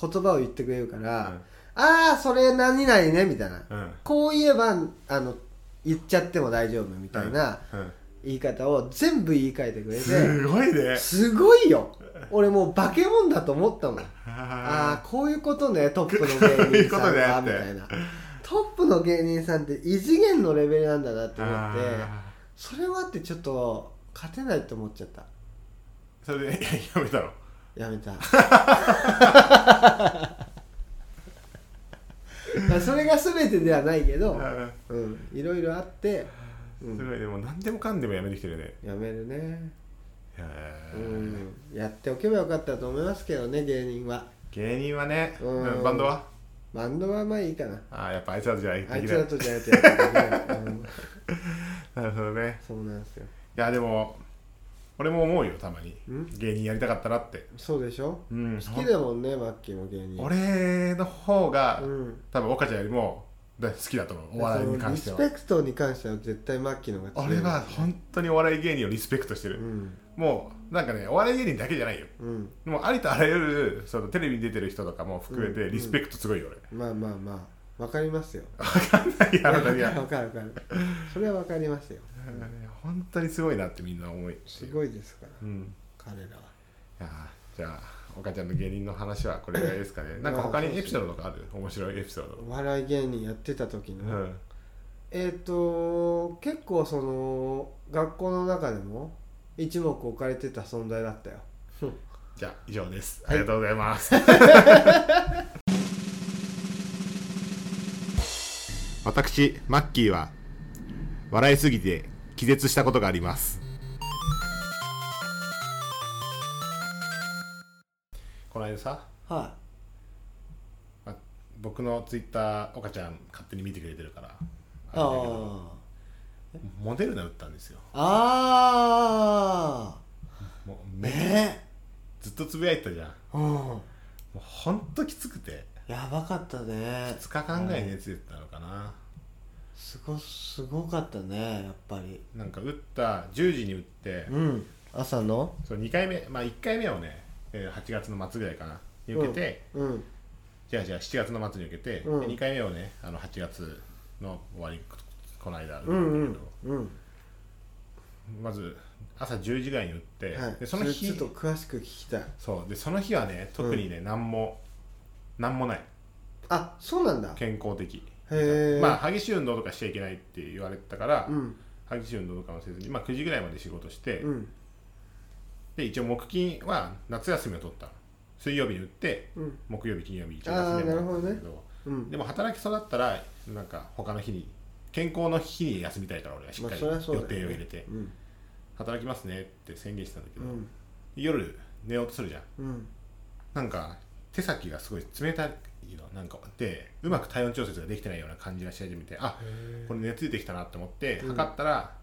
言葉を言ってくれるから、
うん
ああそれ何々ねみたいな、
うん
こう言えばあの言っちゃっても大丈夫みたいな
うん
言い方を全部言い換えてくれて
すごいね
すごいよ俺もう化け物だと思ったもんあ
あ
あこういうこと ねトップの芸人さんは
こう
み
いうこと
た
ね
いなトップの芸人さんって異次元のレベルなんだなって思っ
あ
て
ー
それはあってちょっと勝てないって思っちゃった
それでいややめたろ
やめ たまあそれが全てではないけど
うん
うんいろいろあって、うん
すごいねもう何でもかんでもやめてきてるね
やめるね
へ
う
ー
んやっておけばよかったと思いますけどね芸人は
芸人はね
うん
うんバンドは
バンドはまあいいかな
ああやっぱあいつらとじゃでき
あ
ないい
つらとじゃないとやってない、うん、
なるほどね
そうなんですよ
いやでも俺も思うよたまに
ん
芸人やりたかったなって
そうでしょ
うん
好きだもんねマッキーも芸人
俺の方が、
うん
多分岡ちゃんよりもだ好きだと思うお笑いに関しては
リスペクトに関しては絶対マッキーの方が強い
俺は本当にお笑い芸人をリスペクトして
う
る、
ん
もうなんかねお笑い芸人だけじゃないよ
うん
もうありとあらゆるそのテレビに出てる人とかも含め
う
て
ん
リスペクトすごいよ俺、
まあまあまあわかりますよ
いやあなたには
わかるわかるそれはわかりますよ
うん本当にすごいなってみんな思い
すごいですから
うん
彼らはい
やーじゃあ岡ちゃんの芸人の話はこれぐらいですかねなんか他にエピソードとかある面白いエピソード
お笑い芸人やってた時
う
の、
ん
えっ、と結構その学校の中でも一目置かれてた存在だったよ
じゃあ以上ですありがとうございます、 私マッキーは笑いすぎて気絶したことがありますこの間さ
は
ま僕のツイッター岡ちゃん勝手に見てくれてるから
い
あれだけど
あ
モデルナ打ったんですよ
ああ
もう
あ
め
え
ずっとつぶやいてたじゃん
え
も
うん
うほんときつくて
やばかったね
2日間ぐらい熱出てたのかな、
すごすごかったねやっぱり
なんか打った10時に打って、
うん朝の
そう2回目まあ1回目をねえー8月の末ぐらいかなに受けて、
うん
じゃあじゃあ7月の末に受けて、
うん
2回目をねあの8月の終わりこの間受け
うん
たん
う
だけ
ん
ど、
うん
まず朝10時ぐらいに打って、
はい
でそ
そ
の
れ
日
ちょっと詳しく聞きたい
そうでその日はね特にね、何も何もない
あそうなんだへ
健康的
え
まあ激しい運動とかしちゃいけないって言われてたから、
うん
激しい運動とかもせずに、まあ、9時ぐらいまで仕事して、
うん
で一応木金は夏休みを取ったの水曜日に打って
うん
木曜日金曜日一応
あー
休みを取ったんだけど
うん
でも働きそうだったらなんか他の日に健康の日に休みたいから俺はしっ
ま
か
あ
り
そりゃそう
予
だよね
定を入れて、
うん
働きますねって宣言してたんだけ
う
ど、
ん
夜寝ようとするじゃん
うん
なんか手先がすごい冷たいのなんかでうまく体温調節ができてないような感じがし始めてあこれ熱出てきたなと思って
うん
測ったら、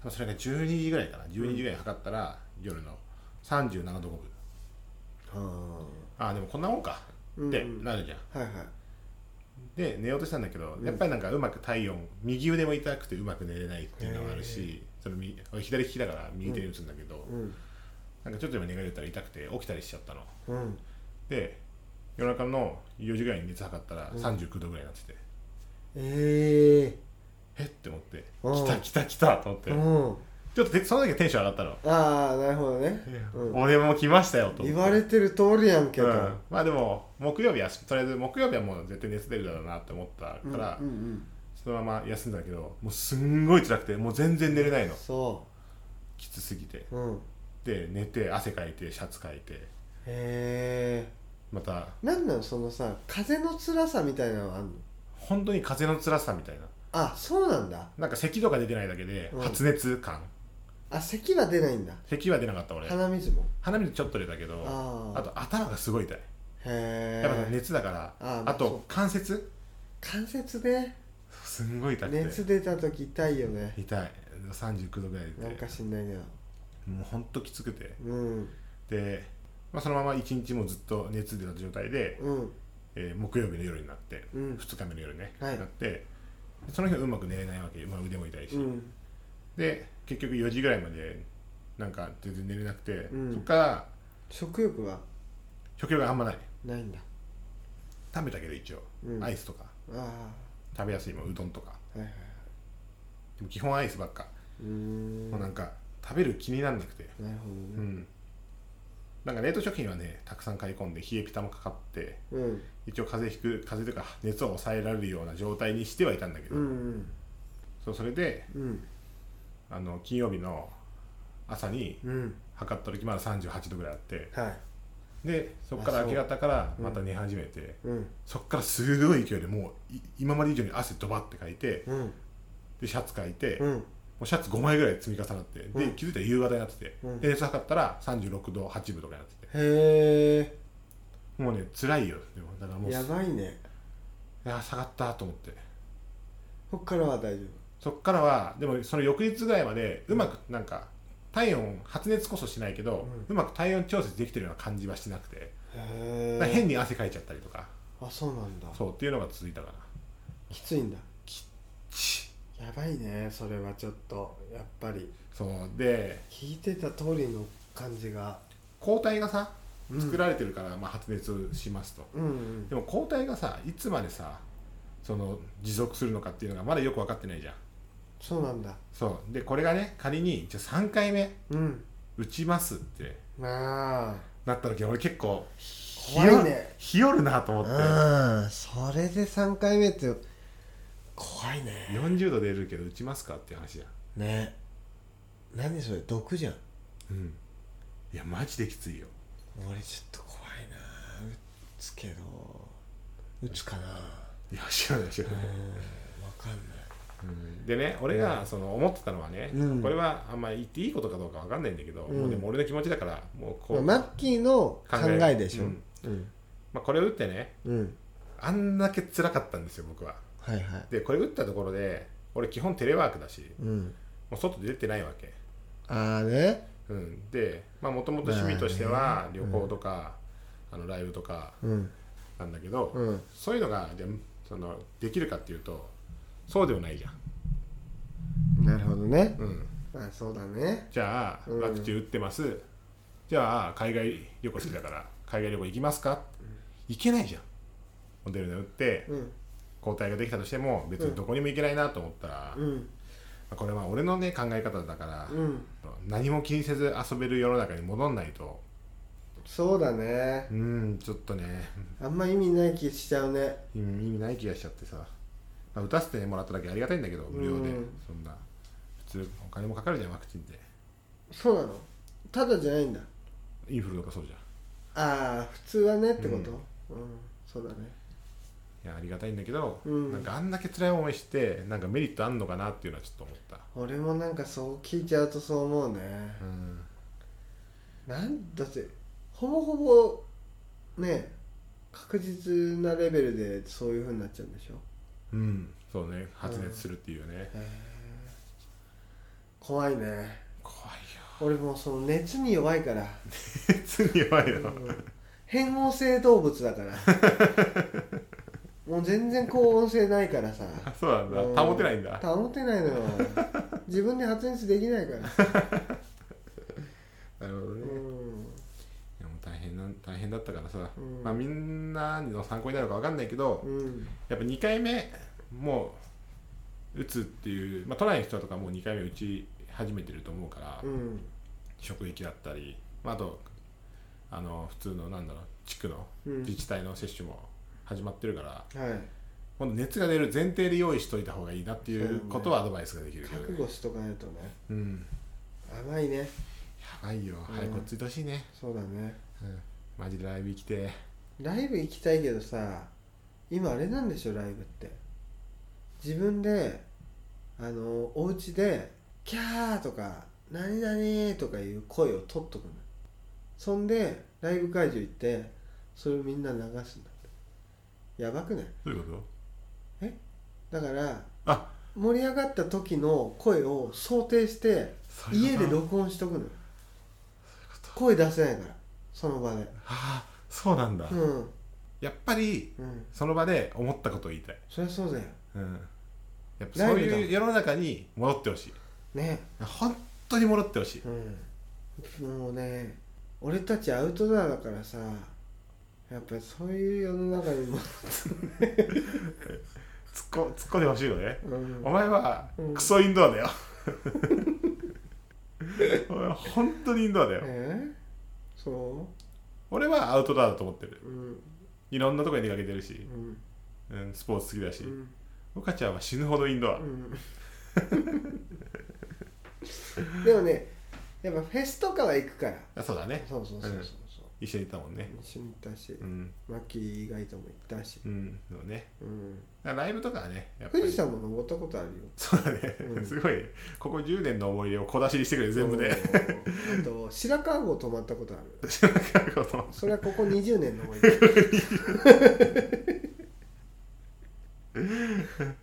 多分それが12時ぐらいかな12時ぐらいに測ったら、夜の37度5分
は
あでもこんなもんか
あ
って
うん
なるじゃん、
はいはい
で寝ようとしたんだけど、
うん
やっぱりなんかうまく体温右腕も痛くてうまく寝れないっていうのがあるしその右俺左利きだから右手に打つんだけど、
うん
なんかちょっとでも寝がれたら痛くて起きたりしちゃったの
うん
で夜中の4時ぐらいに熱測ったら
うん
39度ぐらいになってて、
ええ
えって思って
うん
来た来た来たと思って、
うん
ちょっとでその時はテンション上がったの、
ああなるほどね、うん、
俺も来ましたよと思って
言われてる通りやんけ
う
と、
ん、まあでも木曜日はとりあえず木曜日はもう絶対熱出るだろうなって思ったから、
うんうん
そのまま休んだけどもうすんごい辛くてもう全然寝れない
うん、
の
そ
きつすぎて
ううん
で寝て汗かいてシャツかいて
へえ
また
なんなのそのさ風の辛さみたいなのあんの
本当に風の辛さみたいな
あそうなんだ
なんか咳とか出てないだけで
うん
発熱感、
あ咳は出ないんだ
咳は出なかった俺
鼻水も
鼻水ちょっと出たけど
あー
あと頭がすごい痛い
へえ
やっぱ熱だから
あー
あ,、
まあそう
と関節
関節です
んごい痛くて
熱出た時痛いよね
痛い39度ぐらい
なん
で
かしんないな
もうほんときつくて
うん
で、まあ、そのまま一日もずっと熱出た状態で、
うん
えー木曜日の夜になって、
うん
2日目の夜ね、
はい
なってその日はうまく寝れないわけ、まあ、腕も痛いし、
うん
で結局4時ぐらいまでなんか全然寝れなくて、
ん
そっから
食欲は
食欲があんまない
ないんだ
食べたけど一応、
うん
アイスとか
あ
食べやすいもんうどんとか
あはいはい
でも基本アイスばっか、
うーん
も
な
うな
る
んか食べる気になんなくて
ほど
う
ね
んなんか冷凍食品はねたくさん買い込んで冷えピタもかかって
うん
一応風邪ひく風邪というか熱を抑えられるような状態にしてはいたんだけど、
うん
そうそれで
うん
あの金曜日の朝に
うん
測った時まだ38度ぐらいあって
はい
でそこから
あそう
明け方からまた寝始めて、
うん
そこからすごい勢いでもうい今まで以上に汗ドバってかいて
うん
でシャツかいて、
う
も
ん
うシャツ5枚ぐらい積み重なってで
うん
気づいたら夕方になってて、
うん
で熱測ったら36度8分とかになってて
へえ
もうね辛いよでもだからもう
やばいね
いや下がったと思って
こっからは大丈
そっからはでもその翌日ぐらいまでうまくなんか体温発熱こそしないけど、うまく体温調節できてるような感じはしてなくて、
夫へ
だから
え
変に汗かいちゃったりとか
あそうなんだ
そうっていうのが続いたかな
きついんだ
ち
やばいねそれはちょっとやっぱり
そうで
聞いてた通りの感じが
抗体がさ
うん
作られてるから、まあ、発熱しますと
うんうん
でも抗体がさいつまでさその持続するのかっていうのがまだよく分かってないじゃん
そうなんだ
そうでこれがね仮にじゃあ3回目
うん
打ちますって
まあ
なった時俺結構
怖いね
日和るなと思って
うんそれで3回目って怖いね
40度出るけど打ちますかって話や
ね何それ毒じゃん
うんいやマジできついよ
俺ちょっと怖いな打つけど打つかない
や知らない知らない、
わかんない
うんでね俺がその思ってたのはね、
うん
これはあんまり言っていいことかどうかわかんないんだけど、
うん
もうでも俺の気持ちだからもうこう、
まあマッキーの考えでしょ
う
うんん
まあこれを打ってね
うん
あんだけ辛かったんですよ僕は
はいはい
でこれ打ったところで俺基本テレワークだし
うん
もう外出てないわけ、
ああね
うん、でまあもともと趣味としては旅行とか、あのライブとか
うん
なんだけど、
うん
そういうのがでそのできるかっていうとそうではないじゃん
なるほどね
うん、
あそうだね
じゃあ
うん
ワクチン打ってます、じゃあ海外旅行好きだから海外旅行行きますか、行けないじゃんモデルナ打って
うん
抗体ができたとしても別にどこにも行けないなと思ったら、
う
ま
ん
あこれは俺のね考え方だから、
うん
何も気にせず遊べる世の中に戻んないと
そうだね
うんちょっとね
あんま意味ない気しちゃうね
うん意味ない気がしちゃってさ、まあ、打たせてもらっただけありがたいんだけど無料で、
うん
そんな普通お金もかかるじゃんワクチンって
そうなのただじゃないんだ
インフルとかそうじゃん
ああ普通はねってことうん、そうだね
いやありがたいんだけど、
うん
なんかあんだけ辛い思いしてなんかメリットあんのかなっていうのはちょっと思った
俺もなんかそう聞いちゃうとそう思うね、
うん
なんだってほぼほぼね確実なレベルでそういうふうになっちゃうんでしょ
うんそうね発熱するっていうね、
怖いね
怖いよ
俺もうその熱に弱いから、
熱に弱いよ、
うん変応性動物だからもう全然高温性ないからさ
あそうなんだ、
うん
保てないんだ
保てないのよ自分で発熱できないからさ、
なるほど
う
ね、い
ん、
やもう大変なん大変だったからさ、
うん
まあみんなの参考になるかわかんないけど、
うん
やっぱ2回目もう打つっていう、まあ、都内の人とかもう2回目打ち始めてると思うから、
うん
職域だったり、まあ、あとあの普通のなんだろう地区の
うん
自治体の接種も始まってるから、
はい
今度熱が出る前提で用意しといた方がいいなってい
そう
う
ね
ことはアドバイスができるけど
覚
ね
悟しとかないとね
うん
甘いね
やばいよ早くこっちいてほしいね、
そうだね
うんマジでライブ来て
ライブ行きたいけどさ今あれなんでしょライブって自分であのお家で「キャー」とか「何々」とかいう声を取っとくのそんでライブ会場行ってそれをみんな流すんだってやばくない
どういうこと
だから
あ
盛り上がった時の声を想定して
そういう
家
こと
で録音しとくの声出せないからその場で
ああそうなんだ、
うん
やっぱり
うん
その場で思ったことを言いたい
そりゃそうだよ
うんやっぱそう
ライブ
いう
だ
世の中に戻ってほし
ね
い本当に戻ってほしい
うん、もうね俺たちアウトドアだからさやっぱりそういう世の中に も、
突っこ突っ込んでほしいよね
うん
お前は
うん
クソインドアだよ 俺は本当にインドアだよ
えそ
俺はアウトドアだと思ってる
ううん
いろんなとこに出かけてる
う
し、
ん
うん、スポーツ好きだし
うん
岡、ちゃんは死ぬほどインドア、
うんでもねやっぱフェスとかは行くから
あそうだね
そうそうそうそうそう
一緒にいたもんね
一緒に行ったし、
うん
マッキー以外とも行ったし、
うんそうね
うん、
だからライブとかはねやっぱり
富士山も登ったことあるよ
そうだね、
うん
すごいここ10年の思い出を小出しにしてくれる全部で、
うんあと白川郷泊まったことある
この
それはここ20年の思い 出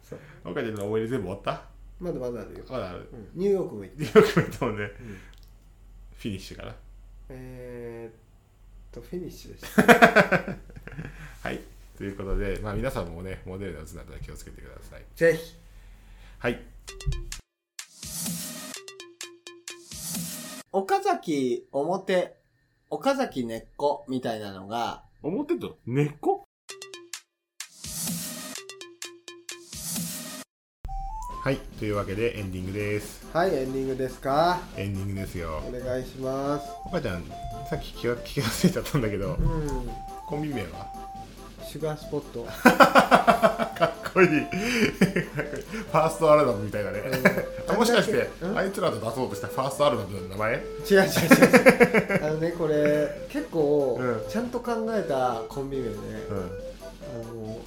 そう
岡ちゃんの思い出全部終わった
まだまだあるよ、
まだある
うんニューヨークも行って、
ニューヨークも行ったもんね
うん
フィニッシュかな
えー、っとフィニッシュでした
はいということで、まあ、皆さんもねモデルナ打つなどは気をつけてください
ぜひ
はい
岡崎表岡崎根っこみたいなのが
表と根っこはいというわけでエンディングです
はいエンディングですか
エンディングですよ
お願いします
岡ちゃんさっき気が気がついちゃったんだけ
う
ど
ん
コンビ名は
シュガースポッ ト、
かっこいいファーストアルバムみたいだね、あもしかして
うん
あいつらと出そうとしたファーストアルバムの名前
違う違う違うあのねこれ結構、
うん
ちゃんと考えたコンビ名で、
うん
あの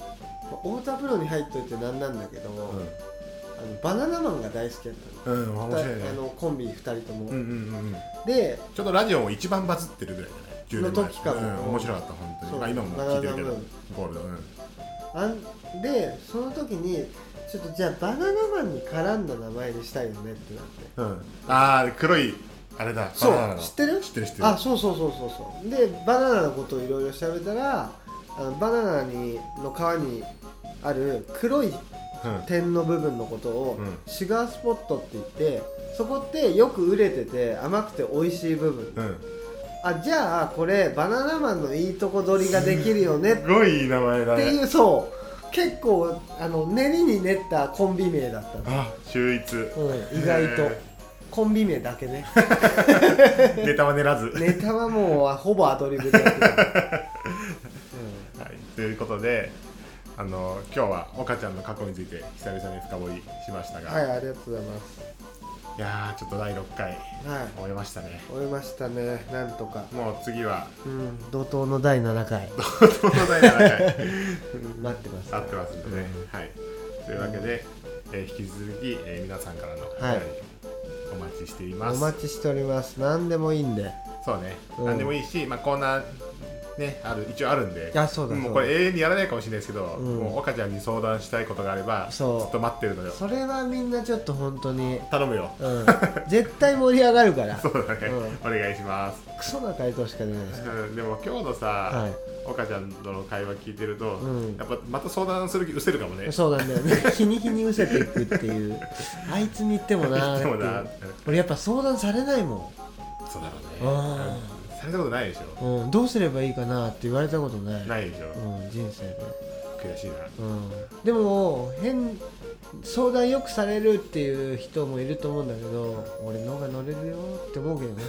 まあ太田プロに入っといてなんなんだけど、あ
う
のバナナマンが大好きだっ
んうん
た
面
の,、
白いね
あのコンビ2人とも、
うんうんうんうん
で
ちょっとラジオも一番バズってるぐらいじゃない10年前
の時かも
うん、面白かった本当
そう
にあ今も聞いてる
バ
け
ナナ
ど
ム
ゴールドうん
あんでその時にちょっとじゃあバナナマンに絡んだ名前にしたいよねってなって
うん、ああ黒いあれだ
そう
バナナの
知ってる
知ってる知ってる
あそうそうそうそうそうでバナナのことをいろいろ調べたらあのバナナにの皮にある黒い
うん
点の部分のことを、
うん
シュガースポットって言ってそこってよく熟れてて甘くて美味しい部分
うん
あじゃあこれバナナマンのいいとこ取りができるよねっ
すごいいい名前だ
て
ね
いうそう結構あの練りに練ったコンビ名だったの、
あ秀 逸
うん、意外と
へ
コンビ名だけね
ネタは練らず、
ネタはもうほぼアドリブだ けど、
はい、ということであの今日は岡ちゃんの過去について久々に深掘りしました
う
が、
ん、はいありがとうございます
いやーちょっと第6回
はい
終えましたね
終えましたねなんとか
もう次は
うん怒涛の第7回
東大7回
待ってます、
合ってますんでね、はいというわけで、えー引き続き、えー皆さんからのお
はい
便りお待ちしていま
お
す、
待ちしております何でもいいんで
そうね、
うん
何でもいいし、まあ、コーナーねある一応あるんで
あそうだ
も
そうう
こ
だ
れ永遠にやらないかもしれないですけど、
うん
もう岡ちゃんに相談したいことがあればずっ
そう
と待ってるのよ
それはみんなちょっと本当に
頼むよ
うん絶対盛り上がるから
そうだね、
う
お願いします、
クソな回答しか出ないです
うんでも今日のさ、
は
岡ちゃんとの会話聞いてると、
うん
やっぱまた相談する気失せるかもね
いそうなんだよね日に日に失せていくっていうあいつに言ってもなーっていう
言ってもなー
俺やっぱ相談されないも
そうだろうね
あ
うんされたことないでしょ
ん、うん、どうすればいいかなって言われたことない
ないでしょ、
うん、人生で、
悔しいな
うん、でも変相談よくされるっていう人もいると思うんだけど俺の方が乗れるよって思うけ どね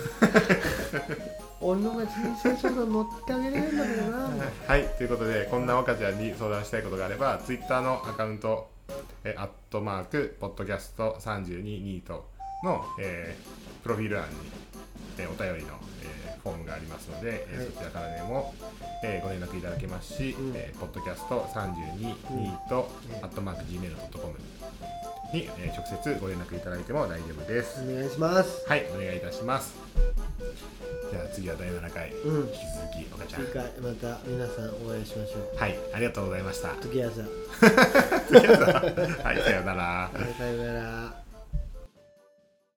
俺の方が人生相談乗ってあげれるんだけどな
はいということでこんな岡ちゃんに相談したいことがあれば Twitter のアカウントえアットマークポッドキャスト32ニートの、えープロフィール欄に、えーお便りの、えーフォームがありますので、えー
はい
そちらからでも、えーご連絡いただけますし、
うん
えーポッドキャスト32ニート
うん
アットマーク Gmail.com に、えー直接ご連絡いただいても大丈夫です、
お願いします
はい、お願いいたします。じゃあ次は第7回、
うん
引き続き岡ちゃん
次。回また皆さんお会いしましょう
はい、ありがとうございました。
時矢さん
はい、さようなら。
さよなら